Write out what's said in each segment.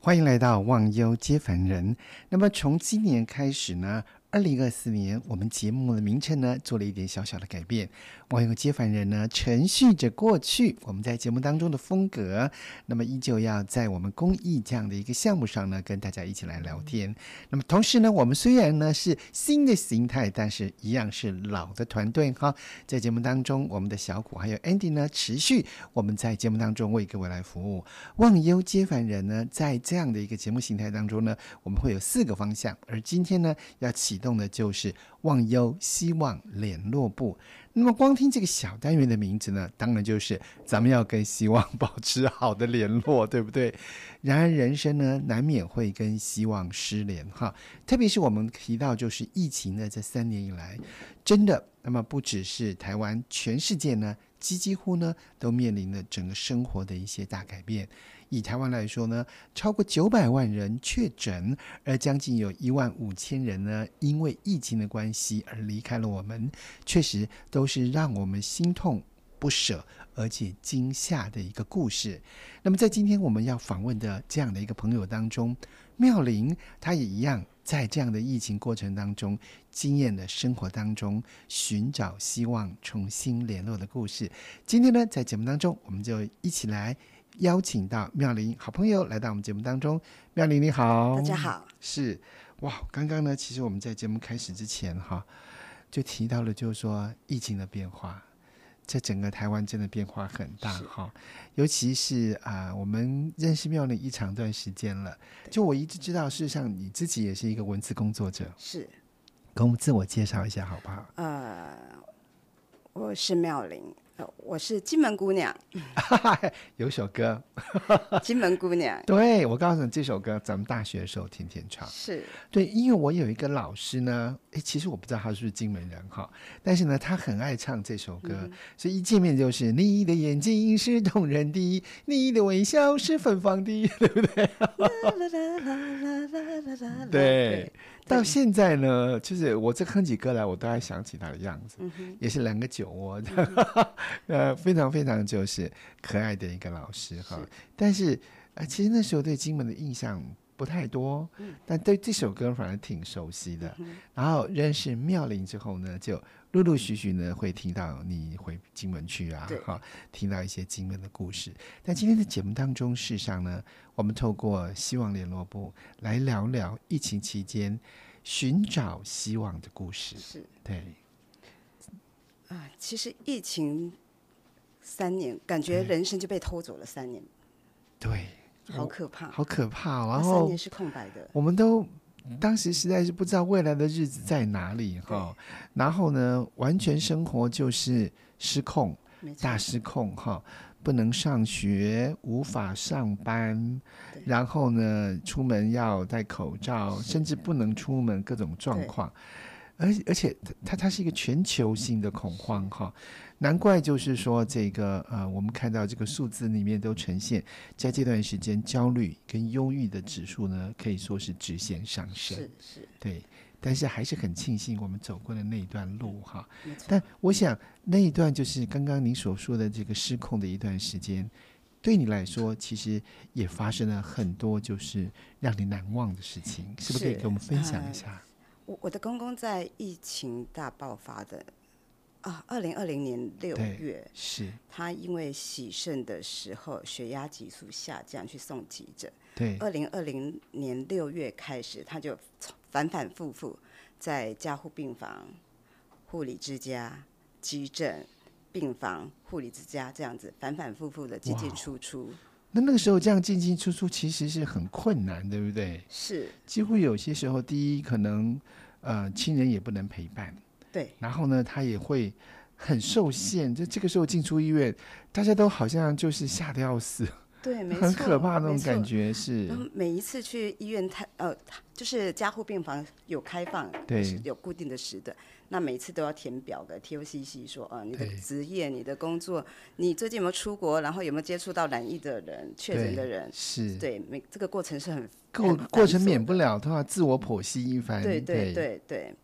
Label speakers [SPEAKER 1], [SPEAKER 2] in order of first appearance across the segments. [SPEAKER 1] 欢迎来到忘忧接凡人。那么从今年开始呢，二零二四年我们节目的名称呢做了一点小小的改变。忘忧接凡人呢承续着过去我们在节目当中的风格，那么依旧要在我们公益这样的一个项目上呢跟大家一起来聊天。那么同时呢，我们虽然呢是新的形态，但是一样是老的团队哈。在节目当中，我们的小谷还有 Andy 呢持续我们在节目当中为各位来服务。忘忧接凡人呢，在这样的一个节目形态当中呢，我们会有四个方向，而今天呢，要启动的就是忘忧希望联络部。那么光听这个小单元的名字呢，当然就是咱们要跟希望保持好的联络，对不对？ 然而人生呢，难免会跟希望失联哈。特别是我们提到就是疫情的这三年以来，真的，那么不只是台湾，全世界呢，几几乎呢都面临了整个生活的一些大改变。以台湾来说呢，超过九百万人确诊，而将近有一万五千人呢，因为疫情的关系而离开了我们，确实都是让我们心痛不舍，而且惊吓的一个故事。那么在今天我们要访问的这样的一个朋友当中，妙玲她也一样。在这样的疫情过程当中，经验的生活当中，寻找希望、重新联络的故事。今天呢，在节目当中，我们就一起来邀请到妙玲好朋友来到我们节目当中。妙玲你好，
[SPEAKER 2] 大家好，
[SPEAKER 1] 是哇，刚刚呢，其实我们在节目开始之前哈，就提到了，就是说疫情的变化，这整个台湾真的变化很大哈，尤其是啊、我们认识妙玲一长段时间了，就我一直知道，事实上你自己也是一个文字工作者，
[SPEAKER 2] 是
[SPEAKER 1] 给我们自我介绍一下好不好？
[SPEAKER 2] 我是妙玲，呃，我是金门 姑娘，
[SPEAKER 1] 有首歌，
[SPEAKER 2] 金门姑娘
[SPEAKER 1] 对我告诉你，这首歌咱们大学的时候天天唱。
[SPEAKER 2] 是
[SPEAKER 1] 对，因为我有一个老师呢，诶，其实我不知道他是不是金门人哈，但是呢，他很爱唱这首歌，所以一见面就是你的眼睛是动人的，你的微笑是芬芳的。
[SPEAKER 2] 啦啦啦啦啦啦啦啦啦，
[SPEAKER 1] 对，到现在呢，就是我这哼起歌来，我都还想起他的样子，
[SPEAKER 2] 嗯
[SPEAKER 1] 也是两个酒窝， 呃，非常非常就是可爱的一个老师哈。但是呃，其实那时候对金门的印象不太多，
[SPEAKER 2] 嗯
[SPEAKER 1] 但对这首歌反而挺熟悉的。然后认识妙龄之后呢，就陆陆续续呢会听到你回金门去啊
[SPEAKER 2] 对，
[SPEAKER 1] 哈，听到一些金门的故事。但今天的节目当中，事实上呢，我们透过希望联络部来聊聊疫情期间寻找希望的故事
[SPEAKER 2] 对。是
[SPEAKER 1] 对，
[SPEAKER 2] 啊，其实疫情三年，感觉人生就被偷走了三年，
[SPEAKER 1] 对，
[SPEAKER 2] 好可怕，
[SPEAKER 1] 哦好可怕哦。然
[SPEAKER 2] 啊三
[SPEAKER 1] 后
[SPEAKER 2] 年是空白的，
[SPEAKER 1] 我们都当时实在是不知道未来的日子在哪里哈、然后呢，完全生活就是失控，
[SPEAKER 2] 没错
[SPEAKER 1] 大，失控哈、不能上学，无法上班
[SPEAKER 2] 对，
[SPEAKER 1] 然后呢，出门要戴口罩，甚至不能出门，各种状况。而而且它它它是一个全球性的恐慌哈，难怪就是说这个呃，我们看到这个数字里面都呈现，在这段时间焦虑跟忧郁的指数呢，可以说是直线上升。
[SPEAKER 2] 是是
[SPEAKER 1] 对，但是还是很庆幸我们走过的那一段路哈。
[SPEAKER 2] 没错，
[SPEAKER 1] 但我想那一段就是刚刚您所说的这个失控的一段时间，对你来说其实也发生了很多就是让你难忘的事情，是不是可以
[SPEAKER 2] 是嗯
[SPEAKER 1] 给我们分享一下？
[SPEAKER 2] 我我的公公在疫情大爆发的啊，二零二零年六
[SPEAKER 1] 对
[SPEAKER 2] 月，
[SPEAKER 1] 是
[SPEAKER 2] 他因为洗肾的时候血压急速下降，去送急诊。
[SPEAKER 1] 对
[SPEAKER 2] 二零二零年六月开始，他就反反复复在加护病房、护理之家、急诊病房、护理之家这样子反反复复的进进出出。
[SPEAKER 1] 那那个时候这样进进出出其实是很困难，对不对？
[SPEAKER 2] 是，
[SPEAKER 1] 几乎有些时候，第一可能呃亲人也不能陪伴，
[SPEAKER 2] 对，
[SPEAKER 1] 然后呢，他也会很受限。就这个时候进出医院，大家都好像就是吓得要死，
[SPEAKER 2] 对，没错，
[SPEAKER 1] 很可怕那
[SPEAKER 2] 没
[SPEAKER 1] 种
[SPEAKER 2] 错
[SPEAKER 1] 感。觉是
[SPEAKER 2] 然。后每一次去医院，他呃，他就是加护病房有开放，
[SPEAKER 1] 对
[SPEAKER 2] 是有固定的时的。那每次都要填表格，TOCC 说，呃，你的
[SPEAKER 1] 对
[SPEAKER 2] 职业、你的工作，你最近有没有出国，然后有没有接触到染疫的人、确诊的
[SPEAKER 1] 对
[SPEAKER 2] 人，
[SPEAKER 1] 是，
[SPEAKER 2] 对，每这个过程是很
[SPEAKER 1] 过
[SPEAKER 2] 很
[SPEAKER 1] 过
[SPEAKER 2] 繁
[SPEAKER 1] 程
[SPEAKER 2] 琐
[SPEAKER 1] 免
[SPEAKER 2] 的
[SPEAKER 1] 不了都要自我剖析一番。
[SPEAKER 2] 对
[SPEAKER 1] 对
[SPEAKER 2] 对对对。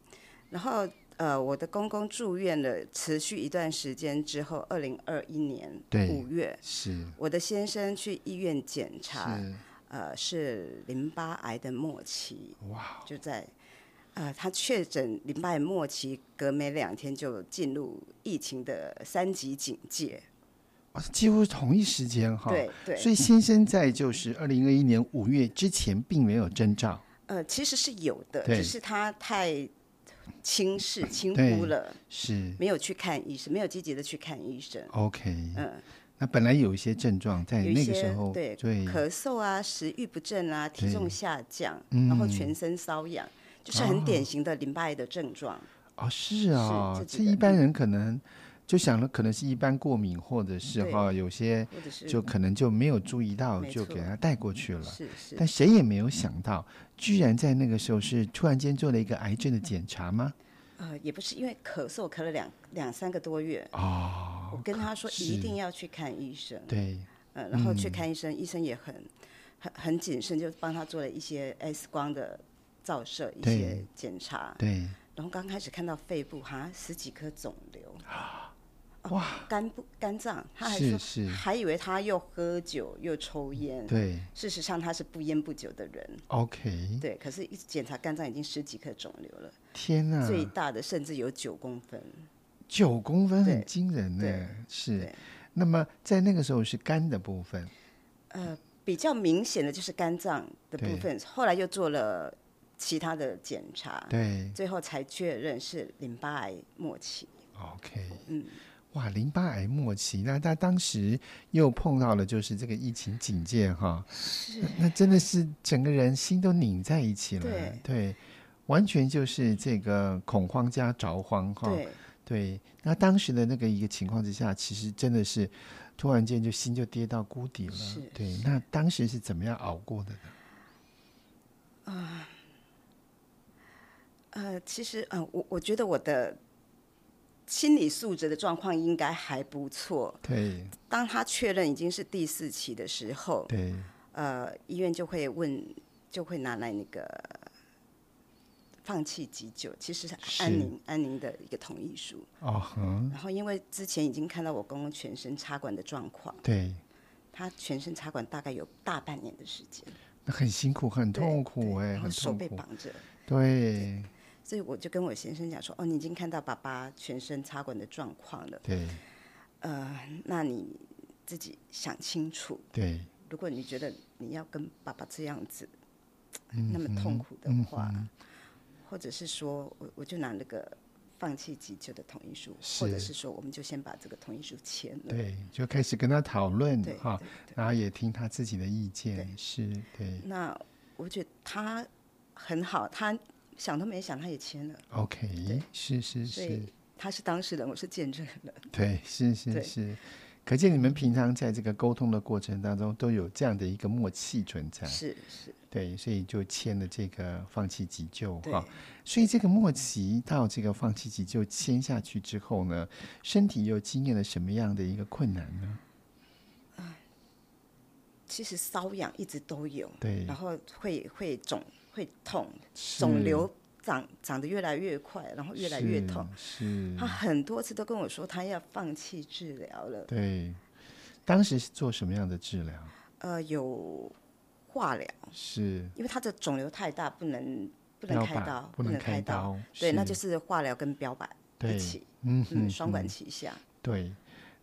[SPEAKER 2] 然后呃，我的公公住院了，持续一段时间之后，二零二一年
[SPEAKER 1] 对
[SPEAKER 2] 五月，
[SPEAKER 1] 是
[SPEAKER 2] 我的先生去医院检查，
[SPEAKER 1] 是
[SPEAKER 2] 呃，是淋巴癌的末期，
[SPEAKER 1] 哇，
[SPEAKER 2] 就在呃，他确诊淋巴癌末期，隔没两天就进入疫情的三级警戒。
[SPEAKER 1] 哦几乎是同一时间哈。
[SPEAKER 2] 对对，
[SPEAKER 1] 所以先生在就是二零二一年五月之前并没有征兆，
[SPEAKER 2] 呃，其实是有的，
[SPEAKER 1] 对
[SPEAKER 2] 只是他太轻视、轻
[SPEAKER 1] 对
[SPEAKER 2] 忽了，
[SPEAKER 1] 是
[SPEAKER 2] 没有去看医生，没有积极的去看医生。
[SPEAKER 1] OK。
[SPEAKER 2] 嗯，
[SPEAKER 1] 那本来有一些症状在
[SPEAKER 2] 有一
[SPEAKER 1] 那个
[SPEAKER 2] 些
[SPEAKER 1] 时候，
[SPEAKER 2] 对
[SPEAKER 1] 对
[SPEAKER 2] 咳嗽啊、食欲不振啊、体
[SPEAKER 1] 对嗯啊
[SPEAKER 2] 重下降，然后全身瘙痒，就是很典型的淋巴癌的症状。
[SPEAKER 1] 哦，是啊、
[SPEAKER 2] 是自
[SPEAKER 1] 这
[SPEAKER 2] 己的
[SPEAKER 1] 一般人可能就想了，可能是一般过敏，或者是
[SPEAKER 2] 对
[SPEAKER 1] 哈、有些
[SPEAKER 2] 或者是
[SPEAKER 1] 就可能就没有注意到，
[SPEAKER 2] 没
[SPEAKER 1] 就给
[SPEAKER 2] 错
[SPEAKER 1] 他带过去了。
[SPEAKER 2] 是是
[SPEAKER 1] 但谁也没有想到，居然在那个时候是突然间做了一个癌症的检查吗？
[SPEAKER 2] 呃，也不是因为咳嗽咳了两两三个多月，
[SPEAKER 1] 哦，
[SPEAKER 2] 我跟他说
[SPEAKER 1] 是嗯
[SPEAKER 2] 一定要去看医生，
[SPEAKER 1] 对，
[SPEAKER 2] 呃，然后去看医生，医生也很很很谨慎，就帮他做了一些 X 光的照射，一
[SPEAKER 1] 对
[SPEAKER 2] 些检查，
[SPEAKER 1] 对，
[SPEAKER 2] 然后刚开始看到肺部哈十几颗肿瘤，哇，肝不肝脏，他还
[SPEAKER 1] 啊是
[SPEAKER 2] 说
[SPEAKER 1] 是，
[SPEAKER 2] 还以为他又喝酒又抽烟，
[SPEAKER 1] 对
[SPEAKER 2] 事实上他是不烟不酒的人，
[SPEAKER 1] ，OK，
[SPEAKER 2] 对，可是一检查肝脏已经十几颗肿瘤了，
[SPEAKER 1] 天哪，
[SPEAKER 2] 最大的甚至有九公分。
[SPEAKER 1] 九公分很
[SPEAKER 2] 对
[SPEAKER 1] 惊人呢
[SPEAKER 2] 对，
[SPEAKER 1] 是
[SPEAKER 2] 对。
[SPEAKER 1] 那么在那个时候是肝的部分，
[SPEAKER 2] 比较明显的就是肝脏的部分，后来又做了其他的检查，
[SPEAKER 1] 对
[SPEAKER 2] 最后才确认是淋巴癌末期。
[SPEAKER 1] ，OK，嗯。哇，淋巴癌末期，那他当时又碰到了就是这个疫情警戒哈，那那真的是整个人心都拧在一起了，
[SPEAKER 2] 对
[SPEAKER 1] 完全就是这个恐慌加着慌哈，
[SPEAKER 2] 对，
[SPEAKER 1] 对，那当时的那个一个情况之下，其实真的是突然间就心就跌到谷底了
[SPEAKER 2] 是。
[SPEAKER 1] 对，那当时是怎么样熬过的呢？
[SPEAKER 2] 呃，其实，嗯、我我觉得我的心理素质的状况应该还不错。
[SPEAKER 1] 对
[SPEAKER 2] 当他确认已经是第四期的时候，
[SPEAKER 1] 对，
[SPEAKER 2] 呃，医院就会问，就会拿来那个放弃急救，其实是
[SPEAKER 1] 是
[SPEAKER 2] 安宁安宁的一个同意书。
[SPEAKER 1] 哦哼，
[SPEAKER 2] 然后因为之前已经看到我公公全身插管的状况，
[SPEAKER 1] 对，
[SPEAKER 2] 他全身插管大概有大半年的时间，
[SPEAKER 1] 那很辛苦，很
[SPEAKER 2] 对
[SPEAKER 1] 痛苦
[SPEAKER 2] 对
[SPEAKER 1] 哎、
[SPEAKER 2] 然后
[SPEAKER 1] 很
[SPEAKER 2] 手
[SPEAKER 1] 痛
[SPEAKER 2] 被
[SPEAKER 1] 苦。
[SPEAKER 2] 绑着，
[SPEAKER 1] 对
[SPEAKER 2] 所以我就跟我先生讲说，哦，你已经看到爸爸全身插管的状况了，
[SPEAKER 1] 对
[SPEAKER 2] 呃，那你自己想清楚，
[SPEAKER 1] 对，
[SPEAKER 2] 如果你觉得你要跟爸爸这样子，
[SPEAKER 1] 嗯
[SPEAKER 2] 那么痛苦的话，或者是说我我就拿那个放弃急救的同意书，或者
[SPEAKER 1] 是
[SPEAKER 2] 是说我们就先把这个同意书签了，
[SPEAKER 1] 对，就开始跟他讨论
[SPEAKER 2] 对
[SPEAKER 1] 哈，然后也听他自己的意见，
[SPEAKER 2] 对
[SPEAKER 1] 是对
[SPEAKER 2] 那我觉得他很好，他想都没想他也签了，
[SPEAKER 1] ，OK，是是
[SPEAKER 2] 所
[SPEAKER 1] 是
[SPEAKER 2] 以，他是当事人，我是见证人。
[SPEAKER 1] 对，是是
[SPEAKER 2] 对
[SPEAKER 1] 是。可见你们平常在这个沟通的过程当中，都有这样的一个默契存在。
[SPEAKER 2] 是是，
[SPEAKER 1] 对，所以就签了这个放弃急救
[SPEAKER 2] 对
[SPEAKER 1] 哈。所以这个莫奇到这个放弃急救签下去之后呢，身体又经验了什么样的一个困难呢？
[SPEAKER 2] 其实瘙痒一直都有，
[SPEAKER 1] 对
[SPEAKER 2] 然，后会会肿、会痛，
[SPEAKER 1] 嗯是
[SPEAKER 2] 肿瘤长长得越来越快，然后越来越痛。。
[SPEAKER 1] 是，
[SPEAKER 2] 他
[SPEAKER 1] 是
[SPEAKER 2] 很多次都跟我说他要放弃治疗了，
[SPEAKER 1] 对。当时是做什么样的治疗？
[SPEAKER 2] 呃，有化疗，
[SPEAKER 1] 是
[SPEAKER 2] 因为他的肿瘤太大，不能不
[SPEAKER 1] 要
[SPEAKER 2] 能开
[SPEAKER 1] 把
[SPEAKER 2] 刀，
[SPEAKER 1] 嗯不能
[SPEAKER 2] 开
[SPEAKER 1] 开
[SPEAKER 2] 刀。
[SPEAKER 1] 刀。
[SPEAKER 2] 对，那
[SPEAKER 1] 是
[SPEAKER 2] 就是化疗跟标靶
[SPEAKER 1] 对
[SPEAKER 2] 一起，
[SPEAKER 1] 嗯
[SPEAKER 2] 嗯，
[SPEAKER 1] 哼
[SPEAKER 2] 双管齐下。
[SPEAKER 1] 对。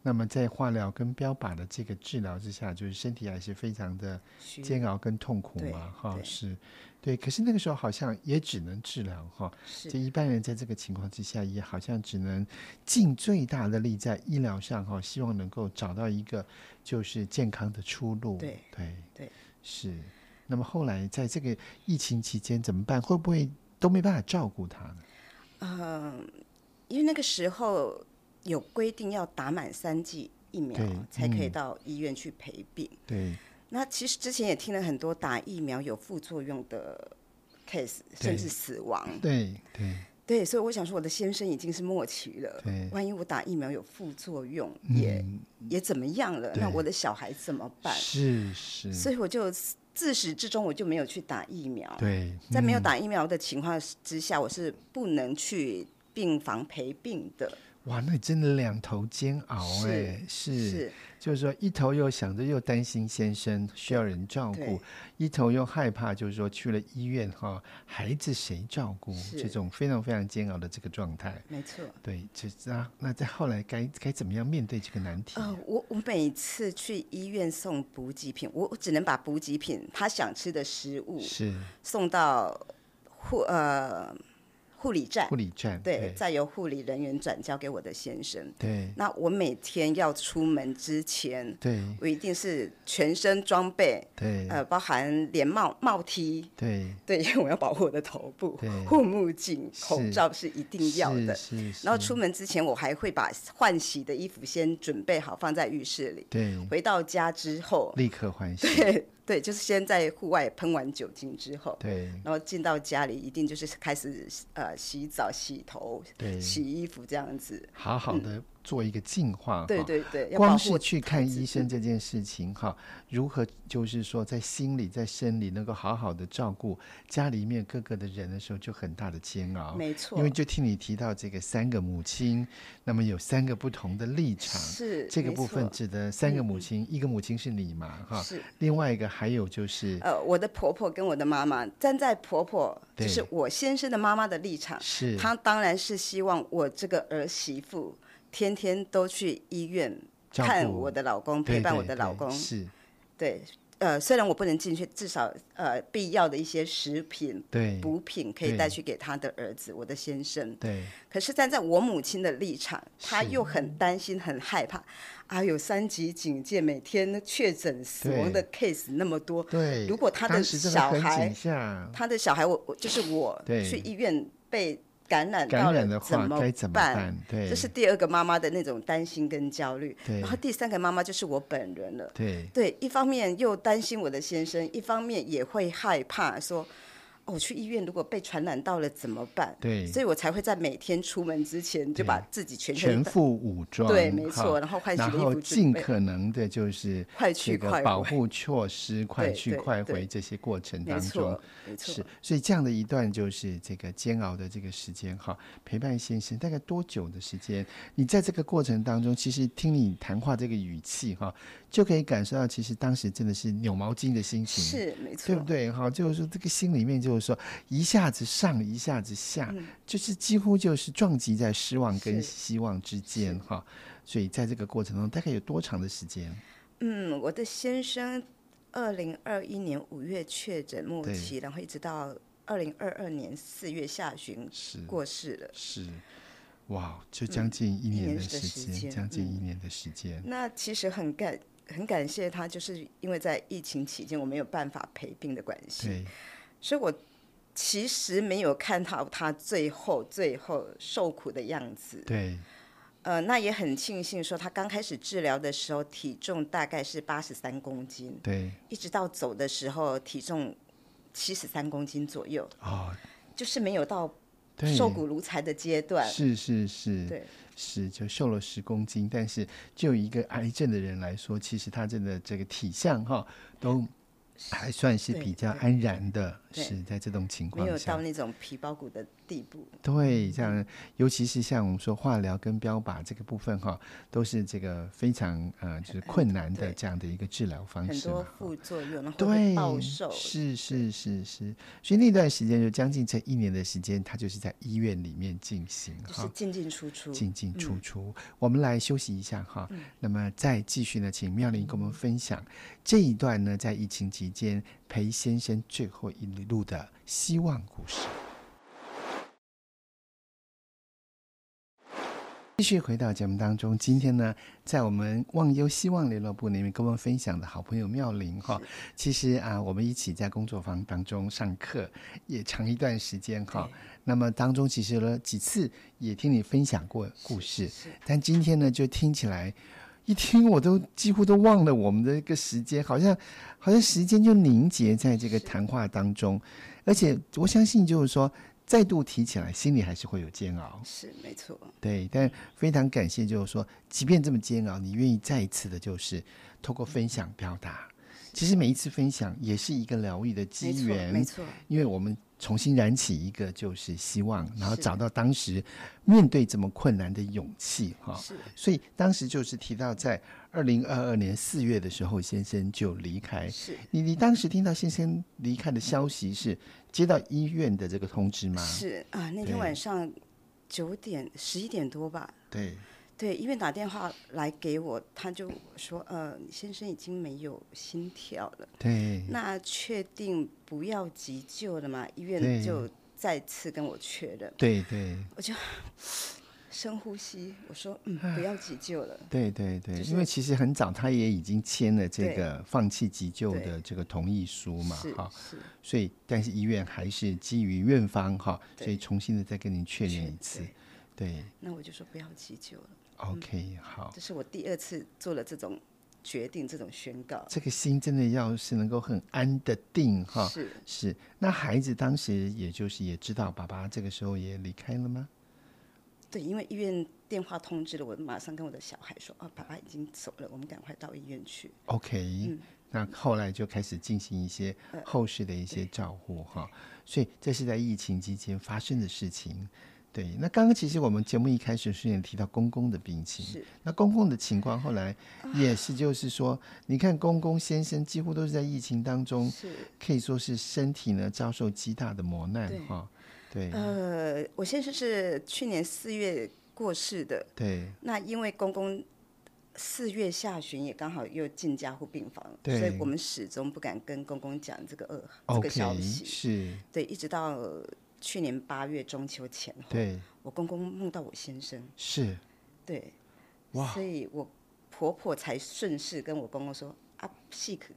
[SPEAKER 1] 那么在化疗跟标靶的这个治疗之下，就是身体还是非常的
[SPEAKER 2] 虚
[SPEAKER 1] 煎熬跟痛苦
[SPEAKER 2] 对
[SPEAKER 1] 嘛，哈，
[SPEAKER 2] 对
[SPEAKER 1] 是，对。可是那个时候好像也只能治疗哈，
[SPEAKER 2] 是
[SPEAKER 1] 这一般人在这个情况之下，也好像只能尽最大的力在医疗上哈、希望能够找到一个就是健康的出路。
[SPEAKER 2] 对
[SPEAKER 1] 对
[SPEAKER 2] 对
[SPEAKER 1] 是。那么后来在这个疫情期间怎么办？会不会都没办法照顾他呢？
[SPEAKER 2] 因为那个时候有规定要打满三剂疫苗
[SPEAKER 1] 对
[SPEAKER 2] 才可以
[SPEAKER 1] 嗯
[SPEAKER 2] 到医院去陪病。
[SPEAKER 1] 对
[SPEAKER 2] 那其实之前也听了很多打疫苗有副作用的 case，
[SPEAKER 1] 对
[SPEAKER 2] 甚至死亡。
[SPEAKER 1] 对对
[SPEAKER 2] 对，所以我想说，我的先生已经是末期了。
[SPEAKER 1] 对，嗯
[SPEAKER 2] 万一我打疫苗有副作用，也、也怎么样了？那
[SPEAKER 1] 对
[SPEAKER 2] 我的小孩怎么办？
[SPEAKER 1] 是是，
[SPEAKER 2] 所以我就自始至终我就没有去打疫苗。
[SPEAKER 1] 对，
[SPEAKER 2] 在没有
[SPEAKER 1] 嗯
[SPEAKER 2] 打疫苗的情况之下，我是不能去病房陪病的。
[SPEAKER 1] 嗯哇，那你真的两头煎熬
[SPEAKER 2] 是
[SPEAKER 1] 哎、是
[SPEAKER 2] 是
[SPEAKER 1] 就是说一头又想着又担心先生需要人照顾
[SPEAKER 2] 对，
[SPEAKER 1] 一头又害怕，就是说去了医院哈，孩子谁照顾？
[SPEAKER 2] 是
[SPEAKER 1] 这种非常非常煎熬的这个状态，
[SPEAKER 2] 没错。
[SPEAKER 1] 对，这那那在后来该该怎么样面对这个难题？
[SPEAKER 2] 哦，我我每次去医院送补给品，我我只能把补给品他想吃的食物
[SPEAKER 1] 是
[SPEAKER 2] 送到护呃护理站
[SPEAKER 1] 护，理站，
[SPEAKER 2] 对
[SPEAKER 1] 对，
[SPEAKER 2] 再由护理人员转交给我的先生。
[SPEAKER 1] 对
[SPEAKER 2] 那我每天要出门之前，
[SPEAKER 1] 对
[SPEAKER 2] 我一定是全身装备，
[SPEAKER 1] 对
[SPEAKER 2] 呃，包含连帽、帽 T，
[SPEAKER 1] 对，
[SPEAKER 2] 对，因为我要保护我的头部
[SPEAKER 1] 对，
[SPEAKER 2] 护目镜、
[SPEAKER 1] 是
[SPEAKER 2] 口罩是一定要的。
[SPEAKER 1] 是是，
[SPEAKER 2] 然后出门之前，我还会把换洗的衣服先准备好，放在浴室里。
[SPEAKER 1] 对，
[SPEAKER 2] 回到家之后，
[SPEAKER 1] 立刻换 洗，
[SPEAKER 2] 对对，就是先在户外喷完酒精之后，
[SPEAKER 1] 对
[SPEAKER 2] 然后进到家里一定就是开始呃洗澡、洗头、
[SPEAKER 1] 对，
[SPEAKER 2] 洗衣服这样子。
[SPEAKER 1] 好好的做一个净化，
[SPEAKER 2] 嗯对
[SPEAKER 1] 哈
[SPEAKER 2] 对对，要保
[SPEAKER 1] 啊光
[SPEAKER 2] 护嗯
[SPEAKER 1] 是去看医生这件事情哈，如何就是说在心里在生理能够好好的照顾家里面各个的人的时候，就很大的煎熬。
[SPEAKER 2] 没错，
[SPEAKER 1] 因为就听你提到这个三个母亲，那么有三个不同的立场，
[SPEAKER 2] 是
[SPEAKER 1] 这个
[SPEAKER 2] 没
[SPEAKER 1] 部分
[SPEAKER 2] 错嗯
[SPEAKER 1] 指的三个母亲，一个母亲是你嘛哈，
[SPEAKER 2] 是
[SPEAKER 1] 另外一个还有就是
[SPEAKER 2] 呃，我的婆婆跟我的妈妈站在婆婆就
[SPEAKER 1] 对
[SPEAKER 2] 是我先生的妈妈的立场，
[SPEAKER 1] 是
[SPEAKER 2] 她当然是希望我这个儿媳妇天天都去医院
[SPEAKER 1] 照
[SPEAKER 2] 看
[SPEAKER 1] 顾
[SPEAKER 2] 我的老公，
[SPEAKER 1] 对
[SPEAKER 2] 陪伴
[SPEAKER 1] 对
[SPEAKER 2] 我的老
[SPEAKER 1] 对
[SPEAKER 2] 公，
[SPEAKER 1] 是
[SPEAKER 2] 对，呃，虽然我不能进去，至少呃必要的一些食品、
[SPEAKER 1] 对
[SPEAKER 2] 补品可以
[SPEAKER 1] 对
[SPEAKER 2] 带去给他的儿子，我的先生。
[SPEAKER 1] 对
[SPEAKER 2] 可是站在我母亲的立场，她
[SPEAKER 1] 是
[SPEAKER 2] 又很担心、很害怕。啊，有三级警戒，每天确诊死亡的 case 那么多，
[SPEAKER 1] 对。
[SPEAKER 2] 如果他的
[SPEAKER 1] 当时真的
[SPEAKER 2] 小
[SPEAKER 1] 很
[SPEAKER 2] 孩
[SPEAKER 1] 紧下，
[SPEAKER 2] 他的小孩我，我就是我
[SPEAKER 1] 对
[SPEAKER 2] 去医院被感染到
[SPEAKER 1] 感
[SPEAKER 2] 了
[SPEAKER 1] 染的话该怎么办？对，
[SPEAKER 2] 这是第二个妈妈的那种担心跟焦虑，
[SPEAKER 1] 对
[SPEAKER 2] 然后第三个妈妈就是我本人了。
[SPEAKER 1] 对
[SPEAKER 2] 对，一方面又担心我的先生，一方面也会害怕说，哦，我去医院如果被传染到了怎么办？
[SPEAKER 1] 对，
[SPEAKER 2] 所以我才会在每天出门之前就
[SPEAKER 1] 对
[SPEAKER 2] 把自己全身
[SPEAKER 1] 全
[SPEAKER 2] 的
[SPEAKER 1] 副武装，
[SPEAKER 2] 对，没
[SPEAKER 1] 哈
[SPEAKER 2] 错，然后换洗
[SPEAKER 1] 然
[SPEAKER 2] 的衣
[SPEAKER 1] 后
[SPEAKER 2] 服准
[SPEAKER 1] 尽
[SPEAKER 2] 备，
[SPEAKER 1] 可能的就是
[SPEAKER 2] 快
[SPEAKER 1] 这
[SPEAKER 2] 去
[SPEAKER 1] 个
[SPEAKER 2] 快
[SPEAKER 1] 保
[SPEAKER 2] 回，
[SPEAKER 1] 护措 施，快
[SPEAKER 2] 对
[SPEAKER 1] 去
[SPEAKER 2] 对
[SPEAKER 1] 快
[SPEAKER 2] 对
[SPEAKER 1] 回这些过程
[SPEAKER 2] 没
[SPEAKER 1] 当中
[SPEAKER 2] 错，没错
[SPEAKER 1] 是。，所以这样的一段就是这个煎熬的这个时间哈，陪伴先生大概多久的时间？你在这个过程当中，其实听你谈话这个语气哈，就可以感受到其实当时真的是扭毛巾的心情，
[SPEAKER 2] 是没错，
[SPEAKER 1] 对不对？哈，就是说这个心里面就是说一下子上，一下子下，就是几乎就是撞击在失望跟
[SPEAKER 2] 嗯是
[SPEAKER 1] 希望之间哈。所以在这个过程中，大概有多长的时间？
[SPEAKER 2] 嗯，我的先生二零二一年五月确诊末
[SPEAKER 1] 对
[SPEAKER 2] 期，然后一直到二零二二年四月下旬
[SPEAKER 1] 是
[SPEAKER 2] 过世了。
[SPEAKER 1] 是，哇，哦就将近一年
[SPEAKER 2] 嗯年
[SPEAKER 1] 的
[SPEAKER 2] 的
[SPEAKER 1] 时
[SPEAKER 2] 时
[SPEAKER 1] 间，
[SPEAKER 2] 间
[SPEAKER 1] 将近
[SPEAKER 2] 嗯
[SPEAKER 1] 一年的时间。
[SPEAKER 2] 那其实很感很感谢他，就是因为在疫情期间我没有办法陪病的关系，
[SPEAKER 1] 对，
[SPEAKER 2] 所以我其实没有看到他最后最后受苦的样子。
[SPEAKER 1] 对，
[SPEAKER 2] 呃，那也很庆幸说他刚开始治疗的时候体重大概是八十三公斤，
[SPEAKER 1] 对，
[SPEAKER 2] 一直到走的时候体重七十三公斤左右，
[SPEAKER 1] 哦，
[SPEAKER 2] 就是没有到
[SPEAKER 1] 对，
[SPEAKER 2] 瘦骨如柴的阶段。
[SPEAKER 1] 是是是，
[SPEAKER 2] 对，
[SPEAKER 1] 是就瘦了十公斤，但是就一个癌症的人来说，其实他真的这个体相哈都还算是
[SPEAKER 2] 对
[SPEAKER 1] 比较
[SPEAKER 2] 对
[SPEAKER 1] 安然的，
[SPEAKER 2] 对
[SPEAKER 1] 是在这种情
[SPEAKER 2] 没有
[SPEAKER 1] 况下
[SPEAKER 2] 到，嗯那种皮包骨的地步。
[SPEAKER 1] 对，这样尤其是像我们说化疗跟标靶这个部分哈，都是这个非常呃就是困难的
[SPEAKER 2] 对
[SPEAKER 1] 这样的一个治疗方
[SPEAKER 2] 很
[SPEAKER 1] 式
[SPEAKER 2] 多
[SPEAKER 1] 嘛。
[SPEAKER 2] 副作用，然后
[SPEAKER 1] 对
[SPEAKER 2] 会，暴瘦，
[SPEAKER 1] 是是是是，所以那段时间就将近这一年的时间，他就是在医院里面进行哈，
[SPEAKER 2] 就是进进出出。
[SPEAKER 1] 进进出出。我们来休息一下哈，那么再继续呢，请妙玲跟我们分享这一段呢，在疫情期间裴先生最后一路的希望故事。继续回到节目当中，今天呢，在我们忘忧希望联络部里面跟我们分享的好朋友妙玲哈，其实啊，我们一起在工作坊当中上课也长一段时间哈。那么当中其实有了几次也听你分享过故事，但今天呢，就听起来一听我都几乎都忘了我们的一个时间，好像好像时间就凝结在这个谈话当中，而且我相信就是说。再度提起来，心里还是会有煎熬，
[SPEAKER 2] 是没错，
[SPEAKER 1] 对。但非常感谢，就是说，即便这么煎熬，你愿意再一次的，就是透过分享表达。其实每一次分享也是一个疗愈的
[SPEAKER 2] 没
[SPEAKER 1] 机
[SPEAKER 2] 错，
[SPEAKER 1] 缘，
[SPEAKER 2] 没错，
[SPEAKER 1] 因为我们重新燃起一个就是希望，然后找到当时面对这么困难的勇气哈、
[SPEAKER 2] 是
[SPEAKER 1] 所以当时就是提到，在二零二二年四月的时候，先生就离开。
[SPEAKER 2] 是
[SPEAKER 1] 你你当时听到先生离开的消息是接到医院的这个通知吗？
[SPEAKER 2] 是啊，那
[SPEAKER 1] 对
[SPEAKER 2] 天晚上九点十一点多吧，
[SPEAKER 1] 对，
[SPEAKER 2] 对，因为打电话来给我，他就说，呃，先生已经没有心跳了，
[SPEAKER 1] 对，
[SPEAKER 2] 那确定不要急救了吗？
[SPEAKER 1] 对
[SPEAKER 2] 医院就再次跟我确认，
[SPEAKER 1] 对，对，
[SPEAKER 2] 深呼吸，我说，嗯，不要急救 了，
[SPEAKER 1] 对，对，对，
[SPEAKER 2] 就是
[SPEAKER 1] 因为其实很早他也已经签了这
[SPEAKER 2] 对
[SPEAKER 1] 个放弃急救
[SPEAKER 2] 对
[SPEAKER 1] 的这个同意书嘛，
[SPEAKER 2] 是
[SPEAKER 1] 哈、
[SPEAKER 2] 是，
[SPEAKER 1] 所以但是医院还是基于院方哈，
[SPEAKER 2] 对
[SPEAKER 1] 所以重新的再跟您确
[SPEAKER 2] 确
[SPEAKER 1] 认一次。
[SPEAKER 2] 对嗯
[SPEAKER 1] 对
[SPEAKER 2] 那我就说不要急救了，
[SPEAKER 1] ，OK，好，
[SPEAKER 2] 这是我第二次做了这种决定，这种宣告，
[SPEAKER 1] 这个心真的要是能够很安的定哈。
[SPEAKER 2] 是
[SPEAKER 1] 是，那孩子当时也就是也知道爸爸这个时候也离开了吗？
[SPEAKER 2] 对，因为医院电话通知了我，马上跟我的小孩说，啊，爸爸已经走了，我们赶快到医院去。
[SPEAKER 1] OK，、那
[SPEAKER 2] 嗯
[SPEAKER 1] 后来就开始进行一些
[SPEAKER 2] 呃
[SPEAKER 1] 后续的一些照顾哈、所以这是在疫情期间发生的事情。对，那刚刚其实我们节目一开始是也提到公公的病情，
[SPEAKER 2] 是啊
[SPEAKER 1] 那公公的情况后来也是就是说，你看公公先生几乎都是在疫情当中，
[SPEAKER 2] 是，
[SPEAKER 1] 可以说是身体呢遭受极大的磨难
[SPEAKER 2] 对
[SPEAKER 1] 哈、对、
[SPEAKER 2] 呃，我先生是去年四月过世的，
[SPEAKER 1] 对
[SPEAKER 2] 那因为公公四月下旬也刚好又进加护病房，
[SPEAKER 1] 对
[SPEAKER 2] 所以我们始终不敢跟公公讲这个噩耗这个消
[SPEAKER 1] ，OK
[SPEAKER 2] 息。哦
[SPEAKER 1] 是，
[SPEAKER 2] 对，一直到呃去年八月中秋前后，
[SPEAKER 1] 对
[SPEAKER 2] 我公公梦到我先生，
[SPEAKER 1] 是，
[SPEAKER 2] 对，所以我婆婆才顺势跟我公公说啊，细可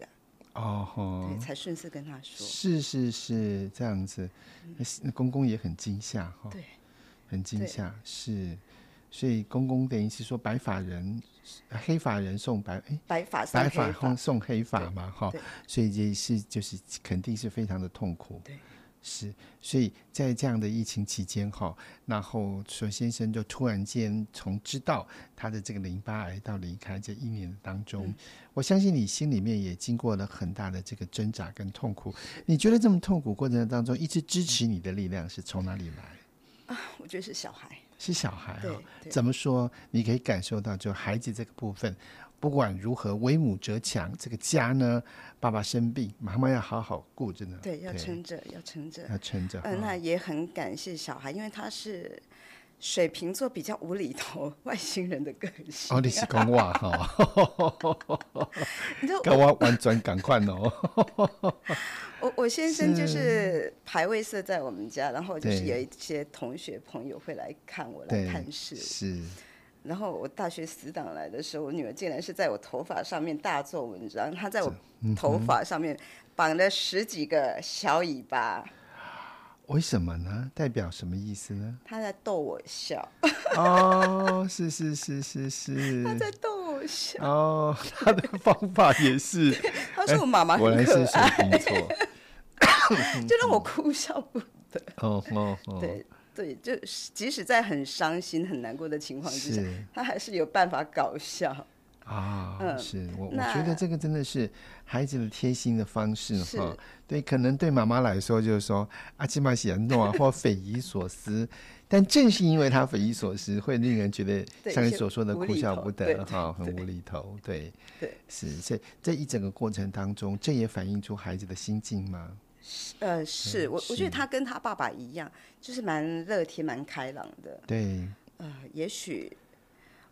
[SPEAKER 2] 啊，
[SPEAKER 1] 哦吼。
[SPEAKER 2] 对，才顺势跟他说。嗯
[SPEAKER 1] 是是是，这样子，那是那公公也很惊吓哈，
[SPEAKER 2] 对，
[SPEAKER 1] 很惊
[SPEAKER 2] 对
[SPEAKER 1] 吓是，所以公公等于是说白发人，呃黑发人送白，哎，
[SPEAKER 2] 白发送
[SPEAKER 1] 白
[SPEAKER 2] 黑
[SPEAKER 1] 发
[SPEAKER 2] 发
[SPEAKER 1] 送，送黑发嘛哈
[SPEAKER 2] 对，
[SPEAKER 1] 所以这是就是肯定是非常的痛苦，
[SPEAKER 2] 对，
[SPEAKER 1] 是，所以在这样的疫情期间哈，然后索先生就突然间从知道他的这个淋巴癌到离开这一年当中，
[SPEAKER 2] 嗯
[SPEAKER 1] 我相信你心里面也经过了很大的这个挣扎跟痛苦。你觉得这么痛苦过程当中，一直支持你的力量是从哪里来？
[SPEAKER 2] 啊我觉得是小孩，
[SPEAKER 1] 是小孩啊、
[SPEAKER 2] 对对
[SPEAKER 1] 怎么说？你可以感受到，就孩子这个部分，不管如何，为母则强。这个家呢，爸爸生病，妈妈要好好顾着呢。
[SPEAKER 2] 对，要撑着，要撑着。
[SPEAKER 1] 嗯要撑着。
[SPEAKER 2] 嗯，
[SPEAKER 1] 哈
[SPEAKER 2] 那也很感谢小孩，因为他是水瓶座，比较无厘头，外星人的个性。
[SPEAKER 1] 哦，你是讲我哈，
[SPEAKER 2] 你知道
[SPEAKER 1] 跟我完全赶快哦。
[SPEAKER 2] 我我先生就是排位设在我们家，然后就是
[SPEAKER 1] 对
[SPEAKER 2] 有一些同学朋友会来看 我，来
[SPEAKER 1] 对，
[SPEAKER 2] 探视。
[SPEAKER 1] 是，
[SPEAKER 2] 然后我大学死党来的时候，我女儿竟然是在我头发上面大做文章，她在我头发上面绑了十几个小尾巴，
[SPEAKER 1] 为什么呢？代表什么意思 呢？
[SPEAKER 2] 她在逗我笑，
[SPEAKER 1] 嗯哦，是是是是
[SPEAKER 2] 她
[SPEAKER 1] 是。
[SPEAKER 2] 在逗我笑。
[SPEAKER 1] 哦，他的方法也 是，
[SPEAKER 2] 她说我妈妈
[SPEAKER 1] 哎果然
[SPEAKER 2] 很可
[SPEAKER 1] 是水瓶座。
[SPEAKER 2] 爱，就让我哭笑不得。
[SPEAKER 1] 哦哦哦，
[SPEAKER 2] 对对，就是即使在很伤心、很难过的情况之下
[SPEAKER 1] 是，
[SPEAKER 2] 他还是有办法搞笑。
[SPEAKER 1] 啊，
[SPEAKER 2] 嗯
[SPEAKER 1] 是我我觉
[SPEAKER 2] 那
[SPEAKER 1] 得这个真的是孩子的贴心的方式
[SPEAKER 2] 是
[SPEAKER 1] 哈。对，可能对妈妈来说就是说阿基玛显诺啊，或匪夷所思。但正是因为他匪夷所思，会令人觉得
[SPEAKER 2] 对
[SPEAKER 1] 像你
[SPEAKER 2] 一些
[SPEAKER 1] 所说的
[SPEAKER 2] 无
[SPEAKER 1] 哭
[SPEAKER 2] 厘
[SPEAKER 1] 笑
[SPEAKER 2] 头
[SPEAKER 1] 不
[SPEAKER 2] 对
[SPEAKER 1] 得
[SPEAKER 2] 对
[SPEAKER 1] 哈，很无厘头。对，
[SPEAKER 2] 对，
[SPEAKER 1] 是，所以这一整个过程当中，这也反映出孩子的心境吗？
[SPEAKER 2] 呃，是我我
[SPEAKER 1] 嗯是
[SPEAKER 2] 觉得他跟他爸爸一样，就是蛮乐天、蛮开朗的。
[SPEAKER 1] 对，
[SPEAKER 2] 呃，也许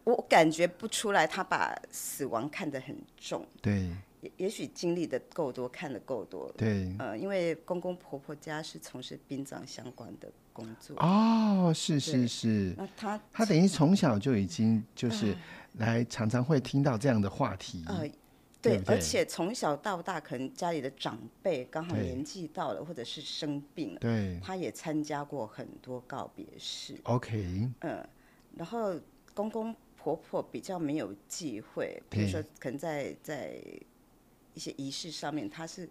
[SPEAKER 2] 我感觉不出来，他把死亡看得很重，
[SPEAKER 1] 对，
[SPEAKER 2] 也也许经历的够多，看得够多。
[SPEAKER 1] 嗯对。
[SPEAKER 2] 呃，因为公公婆婆家是从事殡葬相关的工作，
[SPEAKER 1] 哦，是是
[SPEAKER 2] 对
[SPEAKER 1] 是，
[SPEAKER 2] 那他
[SPEAKER 1] 他等于从小就已经就是来常常会听到这样的话题。
[SPEAKER 2] 呃，
[SPEAKER 1] 对
[SPEAKER 2] 对，
[SPEAKER 1] 不对
[SPEAKER 2] 而且从小到大，可能家里的长辈刚好
[SPEAKER 1] 对
[SPEAKER 2] 年纪到了，或者是生病了，
[SPEAKER 1] 对
[SPEAKER 2] 他也参加过很多告别式，
[SPEAKER 1] ，OK，
[SPEAKER 2] 嗯，然后公公婆婆比较没有忌
[SPEAKER 1] 嗯
[SPEAKER 2] 讳，比如说可能在在一些仪式上面，他是